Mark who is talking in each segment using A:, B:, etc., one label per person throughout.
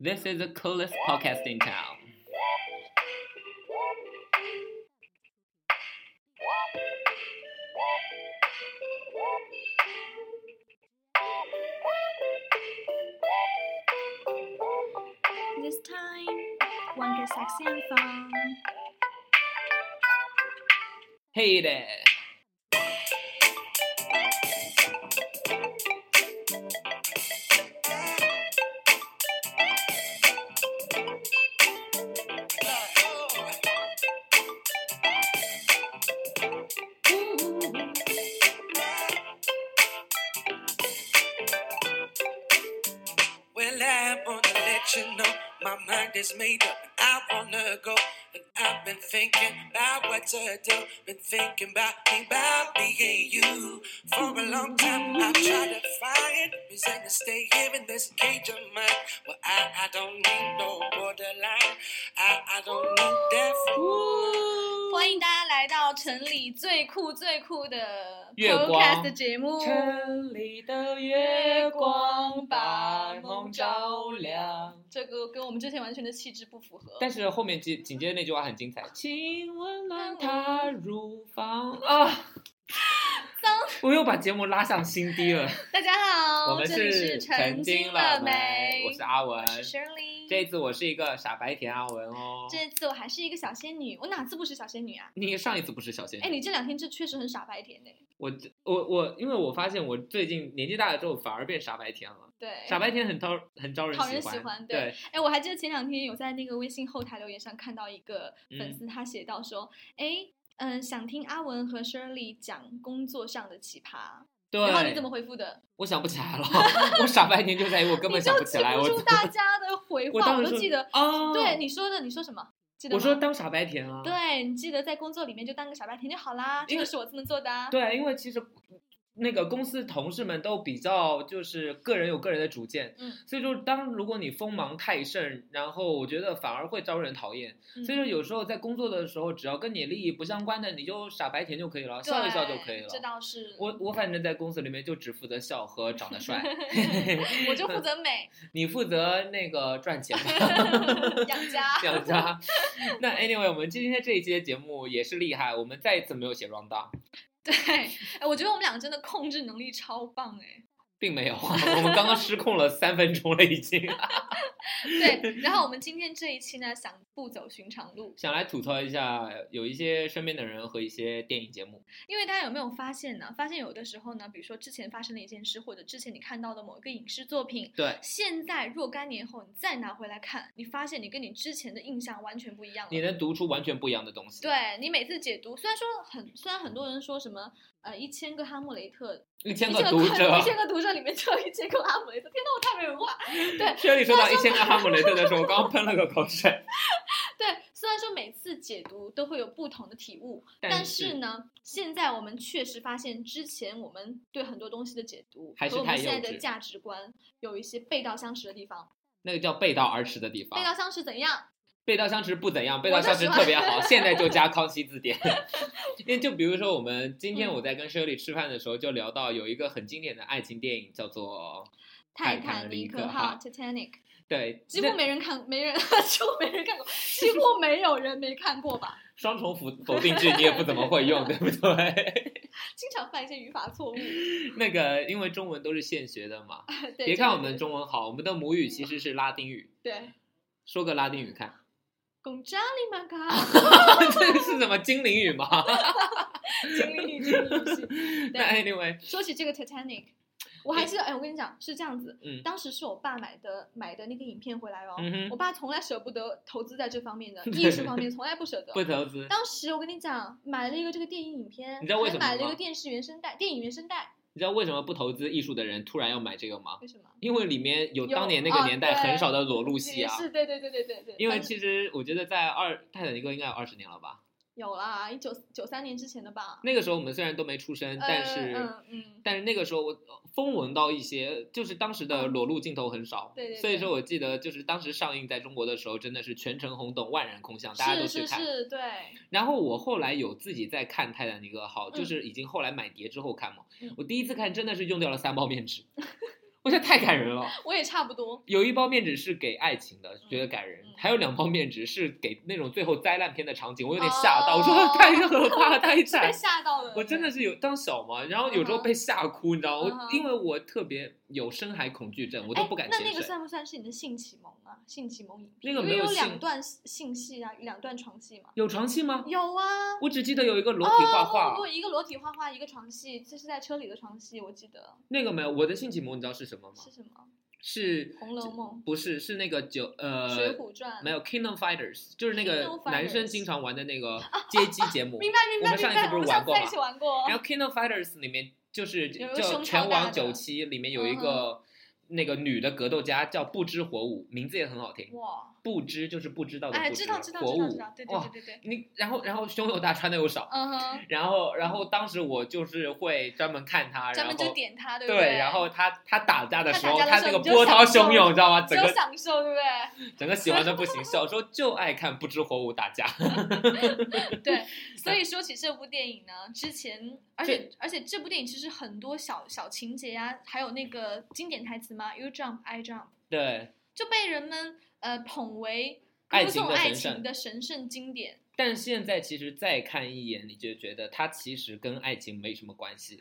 A: This is the coolest podcast in town.
B: This time, one gets sexy and fun.
A: Hey there.
C: Well, I wanna let you know my mind is made up and I wanna go. And I've been thinking about what to do, been thinking about me, about being you. For a long time, I tried to find reason to stay here in this cage of mine. Well, I, I don't need no borderline, I, I don't need that. fool.
B: 欢迎大家来到城里最酷最酷的
A: 月光
B: podcast 的节目。
A: 城里的月光把梦照亮。
B: 这个跟我们之前完全的气质不符合。
A: 但是后面紧紧接着那句话很精彩，请温暖他乳房啊！ 我又把节目拉向新低了。
B: 大家好，
A: 我们
B: 哦这里是
A: 曾经
B: 了
A: 没，我是阿文
B: 我。是 Shirley。
A: 这次我是一个傻白甜阿文哦。
B: 这次我还是一个小仙女，我哪次不是小仙女啊？
A: 你上一次不是小仙
B: 哎，
A: 女？
B: 你这两天这确实很傻白甜呢。
A: 我我我，因为我发现我最近年纪大了之后，反而变傻白甜了。
B: 对，
A: 傻白甜很招很招人
B: 哎讨人
A: 喜
B: 喜欢对
A: 对，
B: 哎，我还记得前两天有在那个微信后台留言上看到一个
A: 嗯
B: 粉丝，他写到说，哎、嗯，想听阿文和 Shirley 讲工作上的奇葩，然后你怎
A: 对，
B: 么回复的？
A: 我想不起 来了，我傻白甜就在于我根本
B: 你就
A: 想不
B: 记
A: 起来，我
B: 住大家的回
A: 我
B: 话，
A: 当
B: 我
A: 时
B: 都
A: 说
B: 记得。
A: 哦，
B: 对，你说的，你说什么？记得
A: 我说
B: 吗
A: 当傻白甜啊，
B: 对，你记得在工作里面就当个傻白甜就好啦，这
A: 因为
B: 个是我这么做的、啊。
A: 对，因为其实那个公司同事们都比较就是个人有个人的主见，
B: 嗯
A: 所以说当如果你锋芒太盛，然后我觉得反而会招人讨厌，
B: 嗯，
A: 所以说有时候在工作的时候，只要跟你利益不相关的，你就傻白甜就可以了，笑一笑就
B: 对
A: 可以了
B: 这。倒是，，
A: 我我反正在公司里面就只负责笑和长得帅
B: 我就负责 美
A: 你负责那个赚钱吧。
B: 养家。
A: 两家。那 anyway，我们今天这一期的节目也是厉害，我们再一次没有写 round down，
B: 对，哎，我觉得我们两个真的控制能力超棒哎。
A: 并 没有啊，我们刚刚失控了三分钟了已经。
B: 对，然后我们今天这一期呢，想不走寻常路，
A: 想来吐槽一下，有一些身边的人和一些电影节目，
B: 因为大家有没有发现呢？发现有的时候呢，比如说之前发生的一件事，或者之前你看到的某一个影视作品，
A: 对
B: 现在若干年后你再拿回来看，你发现你跟你之前的印象完全不一样
A: 你
B: 了。
A: 能读出完全不一样的东西。，
B: 对你每次解读，虽然说很，虽然很多人说什么，呃，一千个哈姆雷特，
A: 一
B: 一
A: 千
B: 千
A: 个
B: 个
A: 读者
B: 一。千个读者里面就有一千个哈姆雷特，天呐，我太没文化。
A: 这里说到一千个哈姆雷特的时候，我刚刚喷了个口水。
B: 对，虽然说每次解读都会有不同的体悟，
A: 但
B: 但
A: 是
B: 是呢，现在我们确实发现，之前我们对很多东西的解读
A: 还是
B: 和我们
A: 太
B: 现在
A: 幼
B: 的
A: 稚
B: 价值观有一些背道相驰的地方。
A: 那个叫背道而驰的地方
B: 背，道相驰怎样？
A: 背道相驰不怎样，背
B: 我
A: 道
B: 就
A: 相
B: 喜
A: 驰
B: 欢
A: 特别 好。现在就加康熙字典。因为就比如说，我们今天
B: 嗯
A: 我在跟 Shirley 吃饭的时候，就聊到有一个很经典的爱情电影，叫做泰
B: 坦
A: 坦
B: 尼
A: 尼
B: 克
A: 克
B: 号
A: 号
B: （Titanic）
A: 对，
B: 几
A: 那
B: 乎没人看，没人 几乎没人看过，几 乎没有人没看过吧？
A: 双重否否定句，你也不怎么会用，对不对？
B: 经常犯一些语法错误。
A: 那个因为中文都是现学的嘛，
B: 对，
A: 别
B: 这
A: 看
B: 个
A: 我们
B: 是
A: 中文好，我们的母语其实是拉丁语。
B: 对。
A: 说个拉丁语看，
B: 贡扎里玛卡，
A: 这是什么精灵语 吗？
B: 经历 经历
A: 那 anyway，
B: 说起这个 Titanic，我还记得，哎，我跟你讲是这样子，
A: 嗯
B: 当时是我爸买的买的那个影片回来哦，
A: 嗯哼
B: 我爸从来舍不得投资在这方面的
A: 对
B: 艺术方面，从来不舍得。
A: 不投资，
B: 当时我跟你讲，买了一个这个电影影片，
A: 你知道为什么
B: 还买了一
A: 吗
B: 个电视原声带，电影原声带，
A: 你知道为什么不投资艺术的人突然要买这个吗？
B: 为什么？
A: 因为里面有
B: 有
A: 当年那个
B: 啊
A: 年代
B: 对
A: 很少的裸露戏
B: 也
A: 啊。
B: 是对对对对对对，
A: 因为
B: 反正
A: 其实我觉得在二泰坦尼克应该有二十年了吧？
B: 有啦，一九九三年之前的吧。
A: 那个时候我们虽然都没出生，但是、
B: 嗯嗯嗯，
A: 但是那个时候我风闻到一些，就是当时的裸露镜头很少，
B: 对对对
A: 所以说我记得就是当时上映在中国的时候，真的是全城轰动，万人空巷，大家都去
B: 是是
A: 看。
B: 是，对，
A: 然后我后来有自己在看《泰坦尼克号》，
B: 嗯
A: 就是已经后来买碟之后看嘛，
B: 嗯
A: 我第一次看真的是用掉了三包面纸。我觉得太感人了。
B: 我也差不多。
A: 有一包面纸是给爱情的，觉得感人；
B: 嗯
A: 还有两包面纸是给那种最后灾难片的场景，我有点吓到，我说 太可怕 了，太
B: 被
A: 惨。
B: 吓到哦了。
A: 我真的是有当小嘛，然后有时候
B: 嗯哼
A: 被吓哭，你知道吗？
B: 嗯
A: 我
B: 哼
A: 因为我特别有深海恐惧症，我
B: 我
A: 都不敢
B: 哎那
A: 潜
B: 那个
A: 水。
B: 算不算是你的性启蒙啊？性启蒙影
A: 那
B: 片，
A: 个
B: 因
A: 没
B: 为
A: 有
B: 有
A: 性
B: 两段性戏啊，两段床戏嘛。
A: 有床戏吗？
B: 有啊，
A: 我只记得有一个裸体画画
B: 哦，不不，一个裸体画画，一个床戏，这是在车里的床戏，我记得
A: 那个没有。我的性启蒙你知道是什么吗？
B: 是什么？
A: 是
B: 《红楼梦
A: 不是，是那个九呃
B: 水浒传》
A: 没有 Kingdom Fighters，就是那个
B: Kingdom
A: 男生
B: Fighters 啊
A: 经常玩的那个街机节目。
B: 明白明
A: 我
B: 白
A: 们上
B: 明
A: 一次
B: 白，
A: 不是
B: 我
A: 玩
B: 们上次
A: 过
B: 在
A: 吗
B: 一起玩过。
A: 然后 Kingdom Fighters 里面就是
B: 有一个
A: 叫
B: 胸
A: 拳
B: 超大
A: 王
B: 的嗯
A: 九七里面有一个那个女的格斗家叫不知火舞，名字也很好听。
B: 哇，
A: 不知就是不知道的
B: 哎，
A: 不
B: 知道知道
A: 火
B: 知道
A: 舞
B: 知道，对对对
A: 哇，
B: 对对，
A: 你然后然后胸有大穿的又少，
B: 嗯哼，
A: 然后然后当时我就是会专门看他，然
B: 专门就
A: 后
B: 点他，对不
A: 对
B: 对，
A: 然后他他打架的
B: 他
A: 时
B: 打
A: 候，
B: 架的
A: 他
B: 时
A: 那个
B: 候你就
A: 波涛
B: 享受
A: 汹涌，你知道吗？
B: 只
A: 整
B: 有
A: 个
B: 享受，对不
A: 整个喜欢的不行，小时候就爱看不知火舞打架。
B: 对？对，所以说起这部电影呢，之前而且而且这部电影其实很多小小情节呀、还有那个经典台词嘛，You jump, I jump，
A: 对，
B: 就被人们呃捧为
A: 爱
B: 歌
A: 情
B: 颂
A: 的
B: 爱
A: 神圣
B: 情的神圣经典。
A: 但现在其实再看一眼，你就觉得它其实跟爱情没什么关系，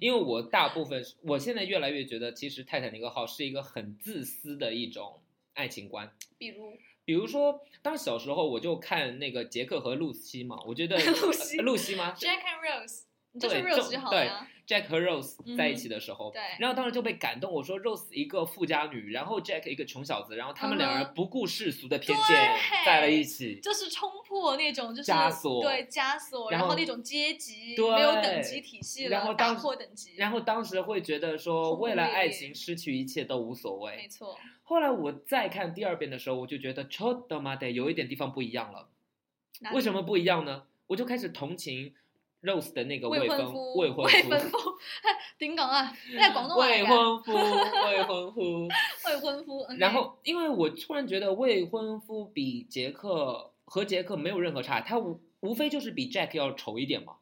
A: 因为我大部分我现在越来越觉得，其实《泰坦尼克号》是一个很自私的一种爱情观。
B: 比如，
A: 比如说，当小时候我就看那个杰克和露西嘛，我觉 得
B: 露西
A: 呃露西吗
B: Jack and Rose，你就是
A: 对
B: Rose
A: 就
B: 就好了呀。
A: ？Jack 和 Rose
B: 嗯
A: 在一起的时候，
B: 对
A: 然后当时就被感动。我说 Rose 一个富家女，然后 Jack 一个穷小子，然后他们
B: 嗯哼
A: 两人不顾世俗的偏
B: 对
A: 见在了一起。
B: 就是冲破那种就是
A: 枷锁
B: 对枷锁，
A: 然
B: 然后
A: 后
B: 那种阶级
A: 对
B: 没有等级体系了，
A: 然后
B: 打
A: 当
B: 破等级，
A: 然后当时会觉得说，
B: 轰轰
A: 为了
B: 烈
A: 爱
B: 烈
A: 情失去一切都无所
B: 没
A: 谓。
B: 错，
A: 后来我再看第二遍的时候，我就觉得 c h o t a m a d 有一点地方不一样了。
B: 哪
A: 为
B: 里
A: 什么不一样呢？我就开始同情 Rose 的那个
B: 未
A: 婚
B: 婚夫
A: 未
B: 婚
A: 婚
B: 夫， 顶港啊，在广东话
A: 未
B: 来讲
A: 婚夫，未婚夫。
B: 未婚夫， 嗯
A: 然后，因为我突然觉得未婚夫比杰克和杰克没有任何差，他无无非就是比 Jack 要丑一点 嘛。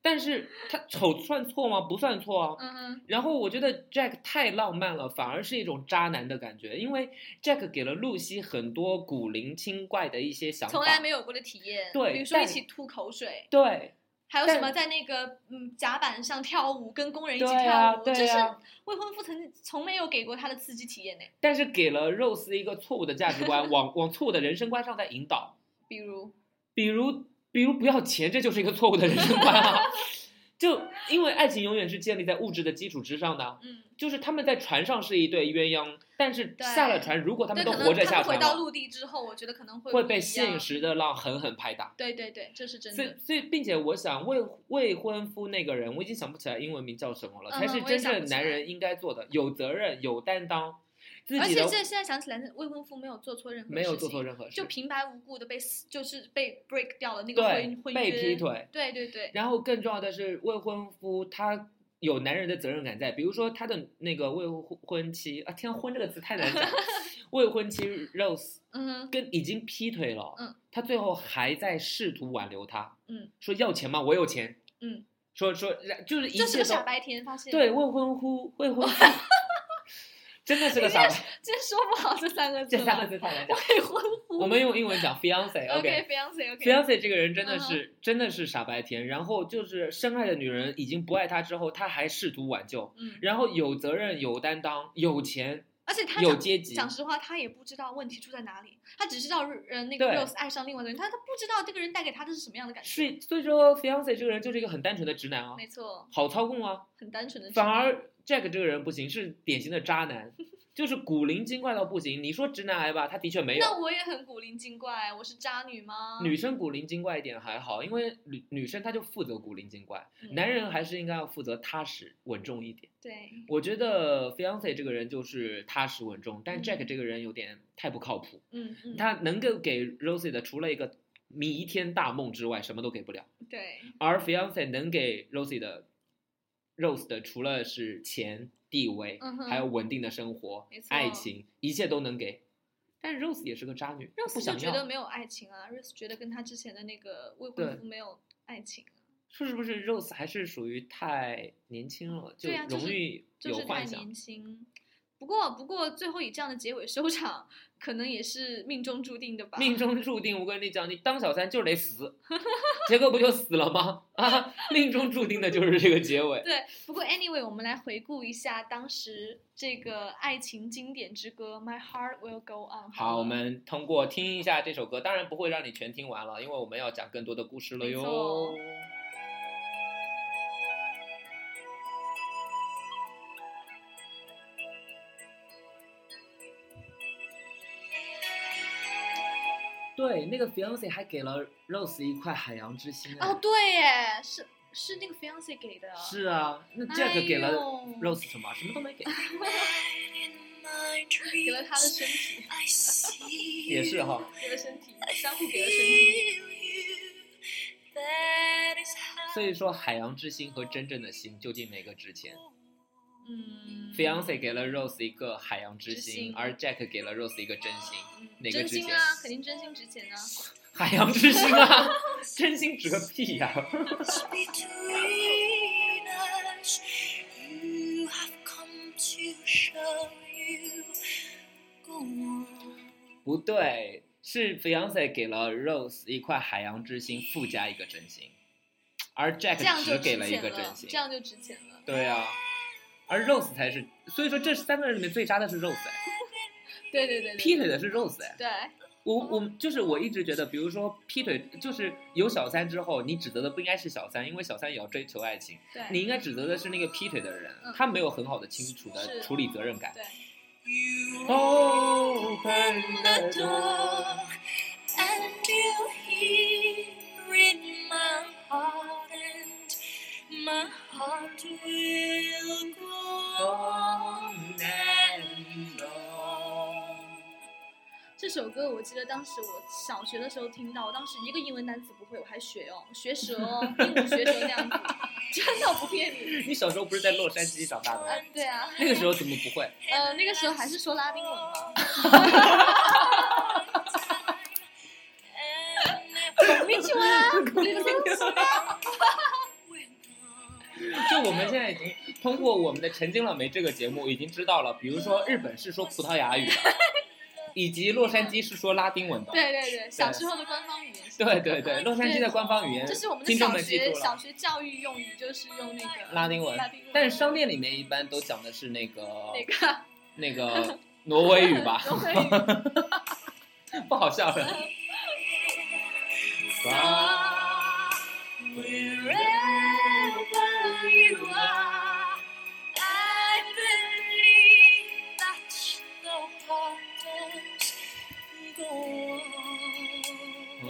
A: 但是他丑算错吗？不算错啊。
B: 嗯哼，
A: 然后我觉得 Jack 太浪漫了，反而是一种渣男的感觉，因为 Jack 给了露西很多古灵精怪的一些想法，
B: 从来没有过的体验，
A: 对
B: 比如说一
A: 但
B: 起吐口水。
A: 对
B: 还有
A: 但
B: 什么在那个嗯甲板上跳舞，跟工人一起
A: 对啊
B: 跳舞，
A: 对
B: 这是
A: 啊
B: 未婚夫曾从没有给过他的刺激体验呢。
A: 但是给了 Rose 一个错误的价值观， 往往错误的人生观上在引导，
B: 比如，
A: 比如比如不要钱，这就是一个错误的人生观啊。 就因为爱情永远是建立在物质的基础之上的，
B: 嗯，
A: 就是他们在船上是一对鸳鸯，但是
B: 对
A: 下了船，如果他们
B: 对，
A: 都
B: 可能
A: 活着
B: 他
A: 下
B: 们回
A: 船
B: 到
A: 了，
B: 陆地之后，我觉得可能会
A: 会
B: 不
A: 被
B: 一
A: 现
B: 样。
A: 实的浪狠狠拍打。
B: 对对对，这是真
A: 所
B: 的
A: 以，。所以，并且我想未未婚夫那个人，我已经想不起来英文名叫什么了，才
B: 嗯
A: 是
B: 我也
A: 真
B: 想
A: 正
B: 不起
A: 男
B: 来
A: 人应该做的，有责任、有担当，自
B: 而
A: 己
B: 且
A: 的
B: 这现在想起来，那未婚夫没有做错任何
A: 没有做
B: 事
A: 错
B: 情
A: 任何事，
B: 就平白无故的被撕就是被 break 掉了那个
A: 对
B: 婚婚
A: 被
B: 约
A: 劈，腿。
B: 对对对，
A: 然后更重要的是，未婚夫他有男人的责任感在，比如说他的那个未婚妻啊，天啊，婚这个词太难讲， 未婚妻 Rose
B: 嗯哼，
A: 跟已经劈腿了，
B: 嗯，
A: 他最后还在试图挽留他，
B: 嗯，
A: 说要钱吗？我有钱，
B: 嗯，
A: 说说就是一
B: 这是
A: 切
B: 个
A: 都
B: 傻白甜，发现
A: 对，未婚夫，未婚夫， 真的是个傻白，
B: 真说不好这三个字
A: 这
B: 了，
A: 三个字太难 讲。
B: 未婚夫，
A: 我们用英文讲 fiance，OK、
B: OK fiance OK，
A: Fiance 这个人真
B: 嗯
A: 的是、真的是傻白甜，然后就是深爱的女人已经不爱他之后，他还试图挽救，
B: 嗯，
A: 然后有责任、有担当、有钱、
B: 而且他
A: 有
B: 讲
A: 阶级，
B: 讲实话，他也不知道问题出在哪里，他只知道呃那个
A: 对
B: Rose 爱上另外一个人，他他不知道这个人带给他的是什么样的感觉，
A: 所以所以说 Fiance 这个人就是一个很单纯的直男啊，
B: 没错，
A: 好操控啊，
B: 很单纯的直
A: 反
B: 男
A: 而 Jack 这个人不行，是典型的渣男，就是古灵精怪到不行。你说直男癌吧，他的确没有。
B: 那我也很古灵精怪，我是渣女吗？
A: 女生古灵精怪一点还好，因为女女生她就负责古灵精怪，
B: 嗯
A: 男人还是应该要负责踏实稳重一点。
B: 对，
A: 我觉得 fiance 这个人就是踏实稳重，但
B: 嗯
A: Jack 这个人有点太不靠谱。
B: 嗯嗯，
A: 他能够给 Rosie 的除了一个弥天大梦之外，什么都给不了。
B: 对
A: 而 fiance 能给 Rosie 的 Rose 的除了是钱、地位，
B: 嗯哼
A: 还有稳定的生活
B: 没、错
A: 爱情，一切都能给。但 Rose 也是个渣女，她
B: Rose
A: 不
B: 就
A: 想
B: 觉得
A: 要，
B: 没有爱情啊，Rose 觉得跟他之前的那个未婚
A: 对
B: 夫没有爱情啊，
A: 是不是 Rose 还是属于太年轻了，
B: 对啊就
A: 容
B: 是
A: 易
B: 就
A: 有
B: 是太
A: 幻想？
B: 年轻，不过，不过最后以这样的结尾收场，可能也是命中注定的吧。
A: 命中注定，我跟你讲，你当小三就得死， 结果不就死了吗？啊，命中注定的就是这个结尾。
B: 对，不过 anyway，我们来回顾一下当时这个爱情经典之歌《My Heart Will Go On》。
A: 好，
B: 了
A: 我们通过听一下这首歌，当然不会让你全听完了，因为我们要讲更多的故事了
B: 没
A: 哟
B: 错。
A: 对，那个 Fiance 还给了 Rose 一块海洋之心哎
B: 哦，对耶，是是那个 fiance 给的。
A: 是啊，那
B: 哎
A: Jack 给了 Rose 什么？什么都没给，
B: 给了他的身体，
A: 也是哈。
B: 给了身体，
C: I
B: 相互给了身体。
C: feel you. That is how
A: 所以说，海洋之心和真正的心究竟哪个值钱
B: 嗯
A: ？Fiance 给了 Rose 一个海洋之
B: 之
A: 心
B: 心，
A: 而 Jack 给了 Rose 一个真心，哪个
B: 真
A: 值
B: 心
A: 钱？
B: 啊，肯定真心值钱 啊。
A: 海洋之心 啊，真心值个屁啊呀、
C: it's between us. You have come to show you. Go on.
A: 不对，是 Fiance 给了 Rose 一块海洋之心，附加一个真心，而
B: 这样
A: Jack 只
B: 就值
A: 给了一
B: 钱
A: 个
B: 了，
A: 真心
B: 这。样就值钱了。
A: 对啊，而 Rose 才是，所以说这三个人里面最渣的是 Rose，哎
B: 对对对对
A: 劈腿的是 Rose 哎。
B: 对，
A: 我
B: 嗯
A: 我就是我一直觉得，比如说劈腿，就是有小三之后，你指责的不应该是小三，因为小三也要追求爱情，
B: 对
A: 你应该指责的是那个劈腿的人
B: 嗯，
A: 他没有很好的清楚的
B: 是
A: 处理责任感。哦
B: 对，
C: You
A: Open
C: the door and you hear in my heart and my heart will go on and on.
B: 这首歌我记得当时我小学的时候听到，我当时一个英文单词不会，我还学哦，学舌哦，鹦鹉学舌那样子，真的不骗你。
A: 你小时候不是在洛杉矶长大的吗？
B: 嗯，对啊，
A: 那个时候怎么不会？
B: 呃，那个时候还是说拉丁文嘛，
C: And
B: 没去啊， 对不对？
A: 就我们现在已经通过我们的《陈经了没》这个节目，已经知道了，比如说日本是说葡萄牙语的，以及洛杉矶是说拉丁文的。
B: 对对对，小时候的官方语言是。
A: 对对对，洛杉矶的官方语言，
B: 这是我们的
A: 听众
B: 小
A: 们记
B: 学
A: 住了
B: 小。学教育用语，就是用那个
A: 拉丁文
B: 拉丁文，
A: 但是商店里面一般都讲的是那个
B: 那
A: 那
B: 个，
A: 个挪威语吧
B: 挪威语
A: 不好笑了。
C: Wherever you are, I believe that the heart does go on.
A: 嗯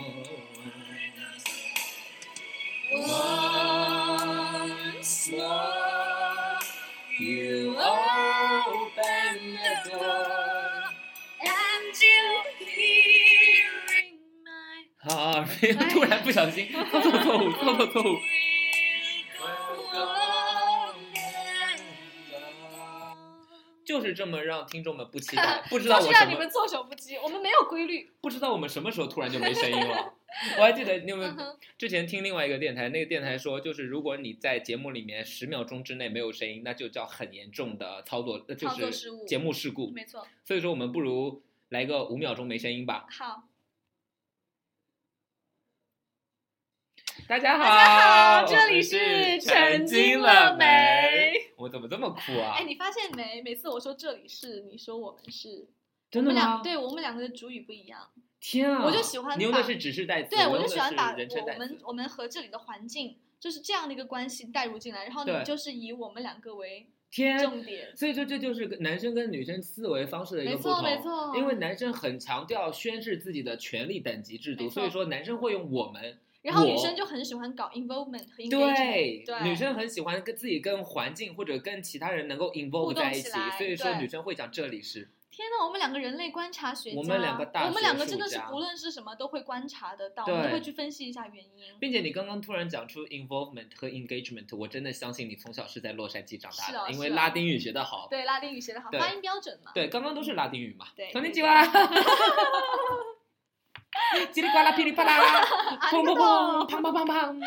C: Once more, you open the door and you hear in my
A: 啊！突然不小心，操作错误，操作错误。就是这么让听众们不期待，不知道
B: 就是
A: 我什
B: 让你
A: 么
B: 们，措手不及，我们没有规 律。
A: 不知道我们什么时候突然就没声音了。 我还记得你
B: 嗯
A: 们
B: 哼，
A: 之前听另外一个电台，那个电台说，就是如果你在节目里面十秒钟之内没有声音，那就叫很严重的操作，呃就
B: 操作失
A: 是
B: 误
A: 节目事故。
B: 没错，
A: 所以说，我们不如来个五秒钟没声音吧。
B: 好，
A: 大家好，
B: 大家好
A: 我
B: 这
A: 们
B: 里
A: 是
B: 是
A: 陈
B: 陈
A: 经
B: 经
A: 了
B: 了
A: 没
B: 没？
A: 我怎么这么酷啊
B: 哎，？你发现没？每次我说这里是，你说我们是，
A: 真
B: 我
A: 的
B: 们
A: 吗
B: 两？对我们两个的主语不一样。
A: 天啊！
B: 我就喜欢
A: 你用的
B: 把
A: 是指示代词，
B: 对，
A: 我
B: 我
A: 用
B: 就
A: 的
B: 喜欢把
A: 是人称
B: 我
A: 代
B: 们
A: 词。
B: 我们和这里的环境就是这样的一个关系带入进来，然后
A: 对
B: 你就是以我们两个为
A: 天，
B: 重点。
A: 所以说这就是男生跟女生思维方式的一个
B: 没
A: 不
B: 错，
A: 同。
B: 没错，
A: 因为男生很强调宣示自己的权利等级制度，
B: 没错
A: 所以说男生会用我们。
B: 然后女
A: 我
B: 生就很喜欢搞 involvement 和 engagement，
A: 对，
B: 对
A: 女生很喜欢跟自己、跟环境或者跟其他人能够 involve
B: 互动
A: 在一
B: 起
A: 起，
B: 来
A: 所以说
B: 对
A: 女生会讲这里是。
B: 天哪，我们两个人类观察学家，
A: 我们两个大
B: 我们两
A: 学
B: 个
A: 术
B: 真的是
A: 家
B: 不论是什么都会观察得到，我们
A: 对
B: 都会去分析一下原因。
A: 并且你刚刚突然讲出 involvement 和 engagement，我真的相信你从小是在洛杉矶长大
B: 是
A: 的，
B: 啊
A: 因为
B: 是啊
A: 拉丁语学得好。
B: 对，拉丁语写的好，
A: 对
B: 发音标准嘛。
A: 对，刚刚都是拉丁语嘛。
B: 对
A: 从你几 哇，叽里呱啦噼里啪啦，
B: 啊，
A: 砰
B: 你
A: 砰
B: 懂
A: 砰，砰砰砰砰。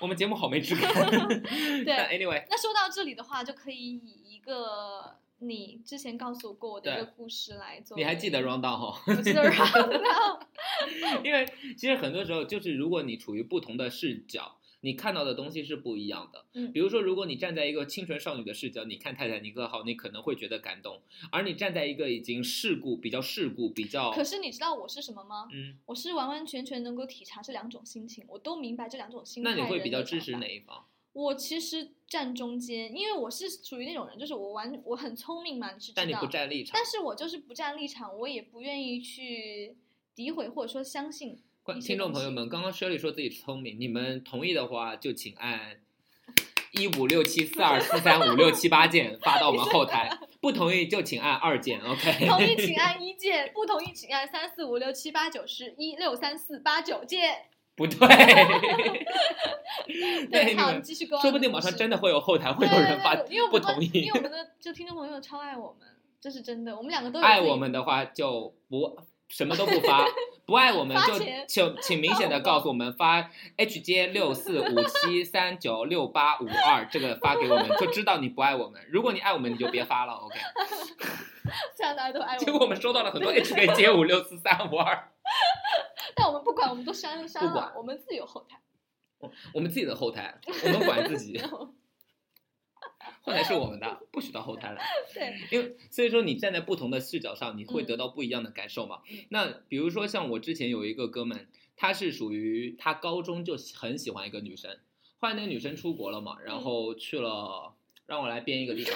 A: 我们节目好没质感。
B: 对
A: 但 anyway，
B: 那说到这里的话，就可以以一个你之前告诉过我的一个故事来做。
A: 你还记得 round down 哈？
B: 我记得 round down。
A: 因为其实很多时候就是，如果你处于不同的视角，你看到的东西是不一样的。
B: 嗯
A: 比如说，如果你站在一个清纯少女的视角，你看《泰坦尼克号》，你可能会觉得感动；而你站在一个已经世故、比较世故、比较
B: 可是你知道我是什么吗？
A: 嗯，
B: 我是完完全全能够体察这两种心情，我都明白这两种心态。
A: 那你会比较支持哪？一方？
B: 我其实站中间，因为我是属于那种人，就是我完我很聪明嘛，你是知道。
A: 但你不站立场
B: 但。是我就是不站立场，我也不愿意去诋毁或者说相信
A: 观
B: 一些
A: 听众
B: 东
A: 朋友
B: 西
A: 们，刚刚 Shirley 说自己聪明，你们同意的话就请按 一五六七四二四三五六七八键发到我们后台，不同意就请按二键，OK？
B: 同 意请按一键，不同意请按三四五六七八九十一六三四八 九键。
A: 不对，
B: 对，
A: 你
B: 好，你
A: 们
B: 继续跟我。
A: 说不定马上真
B: 的
A: 的会有后台会
B: 对
A: 有人发
B: 对对因为我
A: 不
B: 们
A: 同
B: 的
A: 意
B: 因为，我们的就听众朋友超爱我们，这是真的，我们两个都有
A: 爱
B: 自己
A: 我们的话就不什么都不发，不爱我们
B: 发
A: 就
B: 钱
A: 请请明 显的告诉我们发 HJ 六四五七三九六八五二这个发给我们，就知道你不爱我们。如果你爱我们，你就别发了，OK？
B: 虽然大家都爱我们，
A: 结果我们收到了很多 HKJ 五六四三五二，
B: 但我们不管，我们都删了删
A: 不
B: 了
A: 管，
B: 我们自己有后台。
A: 我们自己的后台，我们管自 己，后台是我们的，不许到后台来。
B: 对，
A: 因为所以说你站在不同的视角上，你会
B: 嗯
A: 得到不一样的感受嘛。
B: 嗯
A: 那比如说像我之前有一个哥们，他是属于他高中就很喜欢一个女生，后来那个女生出国了嘛，
B: 嗯
A: 然后去了，让我来编一个地 方，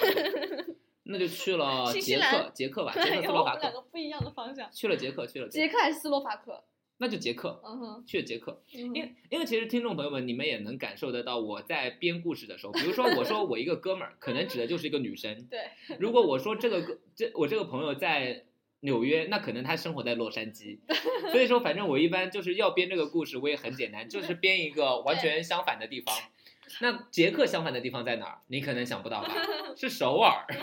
A: 那就去了
B: 新西
A: 捷克，
B: 兰
A: 捷 克吧，捷克
B: 然
A: 斯
B: 后
A: 洛
B: 我
A: 伐
B: 们两
A: 克，
B: 个不一样的方向，
A: 去了捷克，去了
B: 捷
A: 捷克，
B: 克还是斯洛伐克？
A: 那就捷克，
B: 嗯哼，
A: 去了捷克。
B: 嗯
A: 因
B: 哼
A: 为因为其实听众朋友们，你们也能感受得到，我在编故事的时候，比如说我说我一个哥们儿，可能指的就是一个女生。
B: 对，
A: 如果我说这个哥，这我这个朋友在纽约，那可能他生活在洛杉 矶。所以说，反正我一般就是要编这个故事，我也很简单，就是编一个完全相反的地方。那捷克相反的地方在哪儿？你可能想不 到吧？是首尔。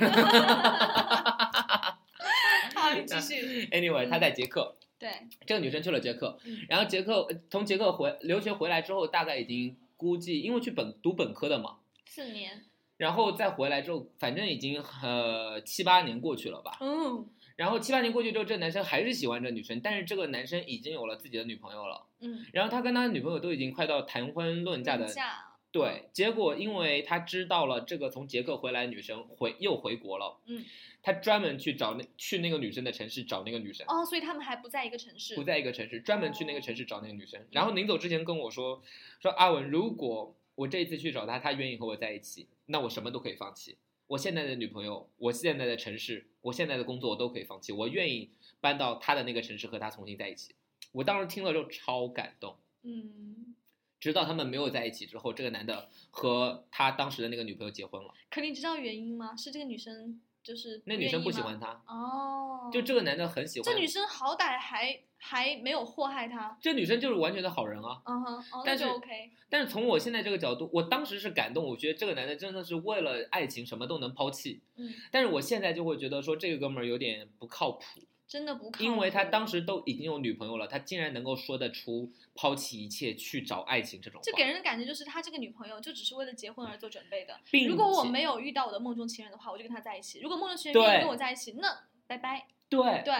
B: 好，你继续。
A: Anyway，他在捷克。
B: 对，
A: 这个女生去了捷克
B: 嗯，
A: 然后捷克呃从捷克回留学回来之后，大概已经估计因为去本读本科的嘛，
B: 四年，
A: 然后再回来之后，反正已经呃七八年过去了吧。
B: 嗯
A: 然后七八年过去之后，这男生还是喜欢这女生，但是这个男生已经有了自己的女朋友了。
B: 嗯，
A: 然后他跟他女朋友都已经快到谈婚论嫁的，
B: 价，
A: 对。结果因为他知道了这个从捷克回来的女生回又回国了，
B: 嗯，
A: 他专门去找那去那个女生的城市找那个女生。
B: 哦，所以他们还不在一个城市，
A: 不在一个城市，专门
B: 哦
A: 去那个城市找那个女生。然后临走之前跟我说，说阿文，如果我这一次去找她，她愿意和我在一起，那我什么都可以放弃。我现在的女朋友，我现在的城市，我现在的工作，我都可以放弃。我愿意搬到她的那个城市和她重新在一起。我当时听了之后超感动。
B: 嗯，
A: 直到他们没有在一起之后，这个男的和他当时的那个女朋友结婚了。
B: 可你知道原因吗？是这个女生就是
A: 那女生不喜
B: 愿意
A: 欢他，
B: 吗哦，
A: 就这个男的很喜欢
B: 这女生好歹还还没有祸害他，
A: 这女生就是完全的好人啊。
B: 嗯哼，哦，那
A: 但
B: 就是 OK，
A: 但是从我现在这个角度，我当时是感动，我觉得这个男的真的是为了爱情什么都能抛弃。
B: 嗯，
A: 但是我现在就会觉得说这个哥们儿有点不靠谱，
B: 真的不靠谱，
A: 因为他当时都已经有女朋友了，他竟然能够说得出抛弃一切去找爱情这种
B: 就给
A: 话，
B: 人的感觉就是他这个女朋友就只是为了结婚而做准备的。
A: 并
B: 如果我
A: 且
B: 没有遇到我的梦中情人的话，我就跟他在一起；如果梦中情人愿意
A: 对
B: 跟我在一起，那拜拜。
A: 对，
B: 对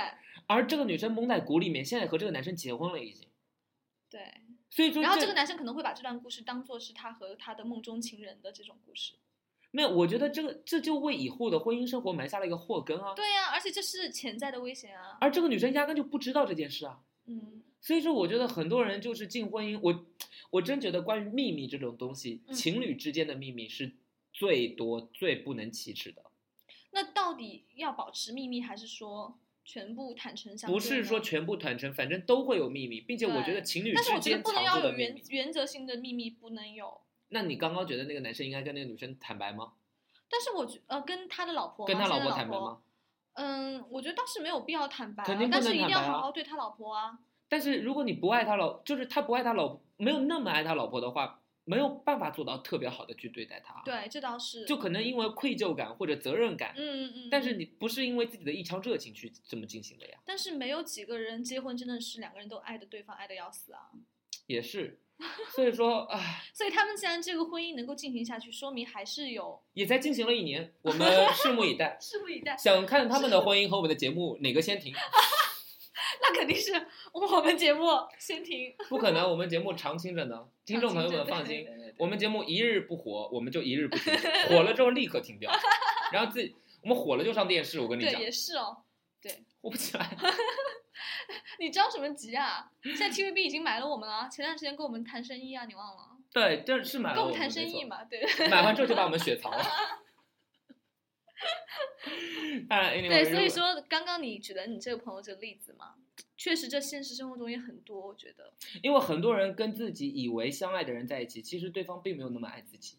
A: 而这个女生蒙在鼓里面，现在和这个男生结婚了已经，
B: 对，
A: 所以说
B: 然后这个男生可能会把这段故事当做是他和他的梦中情人的这种故事。
A: 没有，我觉得这个这就为以后的婚姻生活埋下了一个祸根啊。
B: 对呀、而且这是潜在的危险啊。
A: 而这个女生压根就不知道这件事啊。
B: 嗯，
A: 所以说，我觉得很多人就是进婚姻，我我真觉得关于秘密这种东西，
B: 嗯
A: 情侣之间的秘密是最多最不能启齿的，
B: 那到底要保持秘密，还是说全部坦诚相对
A: 不
B: 呢？
A: 是说全部坦诚，反正都会有秘密，并且我觉
B: 对
A: 得情侣
B: 但是我
A: 之
B: 觉得
A: 间
B: 不
A: 藏
B: 能要
A: 住
B: 有
A: 的秘
B: 原
A: 密。
B: 原则性的秘密，不能有。
A: 那你刚刚觉得那个男生应该跟那个女生坦白吗？
B: 但是我觉呃，跟他的老婆吗，
A: 跟他
B: 现在
A: 老
B: 老
A: 婆坦白吗？
B: 嗯，我觉得倒是没有必要坦白、啊，
A: 肯定不
B: 但
A: 能
B: 是一定
A: 坦
B: 要
A: 白啊
B: 好好对他老婆啊。
A: 但是如果你不爱他老，就是他不爱他老，没有那么爱他老婆的话，没有办法做到特别好的去对待他。，
B: 对，这倒是。
A: 啊就可能因为愧疚感或者责任感，
B: 嗯嗯嗯。
A: 但是
B: 嗯
A: 你不是因为自己的一腔热情去这么进行的呀。
B: 但是没有几个人结婚真的是两个人都爱的对方爱的要死啊。
A: 也是，所以说，唉，
B: 所以他们既然这个婚姻能够进行下去，说明还是有，
A: 也在进行了一年，我们拭目以待
B: 拭目以待。
A: 想看他们的婚姻和我们的节目哪个先停？
B: 那肯定是我们节目先停，
A: 不可能，我们节目常青着呢，听众朋友 们放心，
B: 对。对对对
A: 我们节目一日不火，我们就一日 不停，火了之后立刻停掉，然后自己我们火了就上电视，我跟你
B: 对，
A: 讲，
B: 也是哦。
A: 火不起来。
B: 你着什么急啊？现在 TVB 已经买了我们了，前段时间跟我们谈生意啊，你忘了？
A: 对，这是买了
B: 跟我
A: 我
B: 们
A: 们
B: 谈
A: 没
B: 生意
A: 错
B: 嘛，对
A: 买完之后就把我们雪藏了。 啊，anyway，
B: 对，所以
A: 如果
B: 说刚刚你举的你这个朋友这个例子嘛，确实这现实生活中也很多，我觉得
A: 因为很多人跟自己以为相爱的人在一起，其实对方并没有那么爱自己，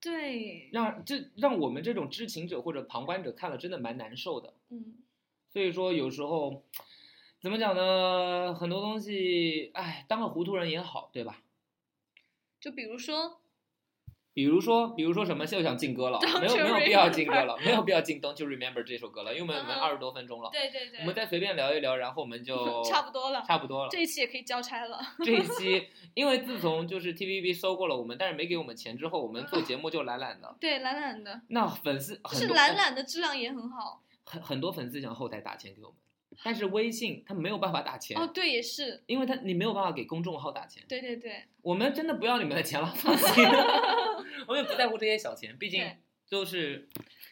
B: 对，
A: 让这让我们这种知情者或者旁观者看了真的蛮难受的。
B: 嗯，
A: 所以说有时候怎么讲呢？很多东西，哎，当个糊涂人也好，对吧？
B: 就比如说
A: 比如说，比如说什么，又想进歌了，
B: Don't
A: 没有
B: you
A: 没有必要
B: remember？
A: 进歌了，没有必要进《Don't You Remember》这首歌了，因为我们我们
B: 嗯
A: 二十多分钟了，
B: 对对对
A: 哦我们再随便聊一聊，然后我们就
B: 差不多了，
A: 差不多了。
B: 这一期也可以交差了，
A: 这一期，因为自从就是 TVB 收购了我们，但是没给我们钱之后，我们做节目就懒懒的。
B: 对，懒懒的，
A: 那粉丝
B: 嗯就
A: 很
B: 是
A: 多
B: 懒懒的质量也很好。
A: 很很多粉丝想后台打钱给我们，但是微信他没有办法打钱，
B: 哦，对，也是，
A: 因为他你没有办法给公众号打钱。
B: 对对对，
A: 我们真的不要你们的钱了，放 心，我们也不在乎这些小钱，毕竟
B: 对
A: 都是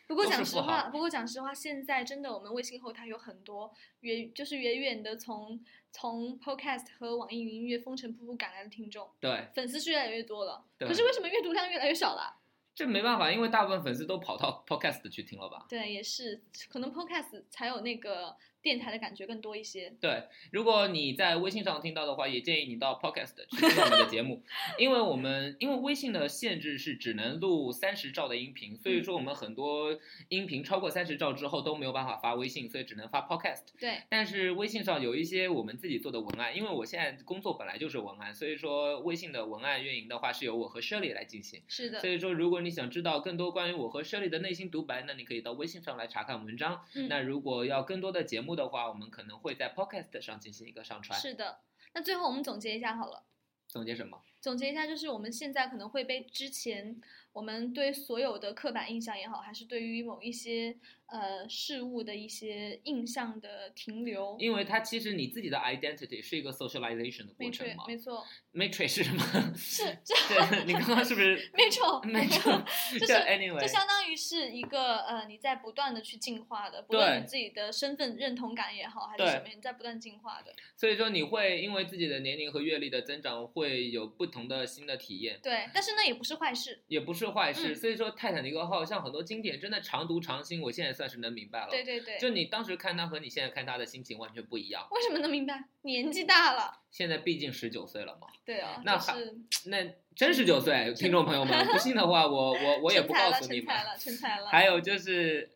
B: 不过
A: 都
B: 讲
A: 是
B: 实
A: 富
B: 话，
A: 豪
B: 不过讲实话，现在真的我们微信后台有很多远，就是远远的从从 Podcast 和网易云音乐风尘仆仆赶来的听众，
A: 对，
B: 粉丝是越来越多了。
A: 对
B: 可是为什么阅读量越来越少了？啊
A: 这没办法，因为大部分粉丝都跑到 Podcast 去听了吧。
B: 对，也是，可能 Podcast 才有那个电台的感觉更多一些。
A: 对，如果你在微信上听到的话，也建议你到 Podcast 去听我们的节 目，因为我们因为微信的限制是只能录三十兆的音频，所
B: 嗯
A: 以说我们很多音频超过三十兆之后都没有办法发微信，所以只能发 Podcast。
B: 对，
A: 但是微信上有一些我们自己做的文案，因为我现在工作本来就是文案，所以说微信的文案运营的话是由我和 Shirley 来进行。
B: 是的
A: 所，以说，如果你想知道更多关于我和 Shirley 的内心独白，那你可以到微信上来查看文章。那
B: 嗯，
A: 如果要更多的节目的话，我们可能会在 Podcast 上进行一个上传。
B: 是的。那最后我们总结一下好了。
A: 总结什么？
B: 总结一下，就是我们现在可能会被之前我们对所有的刻板印象也好，还是对于某一些呃事物的一些印象的停留。
A: 因为它其实你自己的 identity 是一个 socialization 的过
B: 没
A: 程
B: 错
A: 嘛。，
B: 没 错，
A: Matrix 是什么？
B: 是这
A: 对你刚刚是不是
B: 没错，
A: Matrix？
B: 就是
A: 叫 anyway，
B: 就相当于是一个呃，你在不断的去进化的，不论
A: 对
B: 你自己的身份认同感也好，还是
A: 对
B: 什么，你在不断进化的。
A: 所以说你会因为自己的年龄和阅历的增长，会有不同的新的体验。
B: 对，但是那也不是坏事。
A: 也不是坏事，
B: 嗯
A: 所以说《泰坦尼克号》像很多经典，真的常读常新。我现在算是能明白了，
B: 对对对，
A: 就你当时看它和你现在看它的心情完全不一样。
B: 为什么能明白？年纪大了，
A: 现在毕竟十九岁了嘛，
B: 对啊，
A: 嗯那
B: 就
A: 还
B: 是
A: 那真十九岁，听众朋友们，不信的话，我我我也
B: 成
A: 不
B: 才
A: 告
B: 了，
A: 诉你
B: 成
A: 们。
B: 才了，成才了。
A: 还有就是，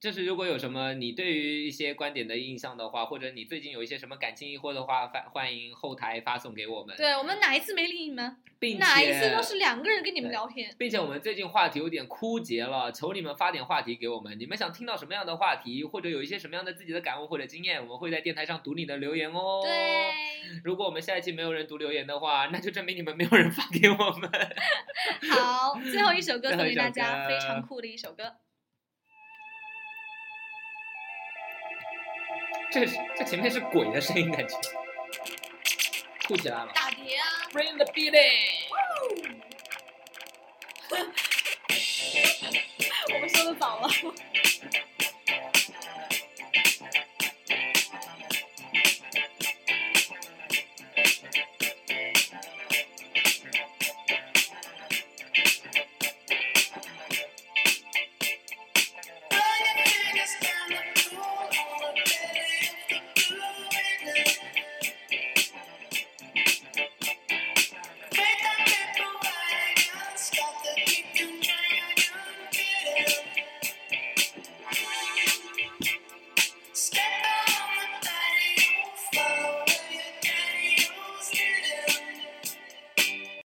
A: 就是如果有什么你对于一些观点的印象的话，或者你最近有一些什么感情疑惑的话，欢欢迎后台发送给我们。，
B: 对我们哪一次没理你们？
A: 并且
B: 哪一次都是两个人跟你们
A: 对
B: 聊天。
A: 并且我们最近话题有点枯竭了，求你们发点话题给我们。你们想听到什么样的话题，或者有一些什么样的自己的感悟或者经验，我们会在电台上读你的留言哦。
B: 对，，
A: 如果我们下一期没有人读留言的话，那就证明你们没有人发给我们。
B: 好，最后一首歌
A: 最
B: 送
A: 后一
B: 给大
A: 首
B: 家，非
A: 歌
B: 常酷的一首歌。
A: 这是这前面是鬼的声音，感觉吐起来了。
B: 打碟啊，
A: Bring the beat in。
B: 我们说的早了。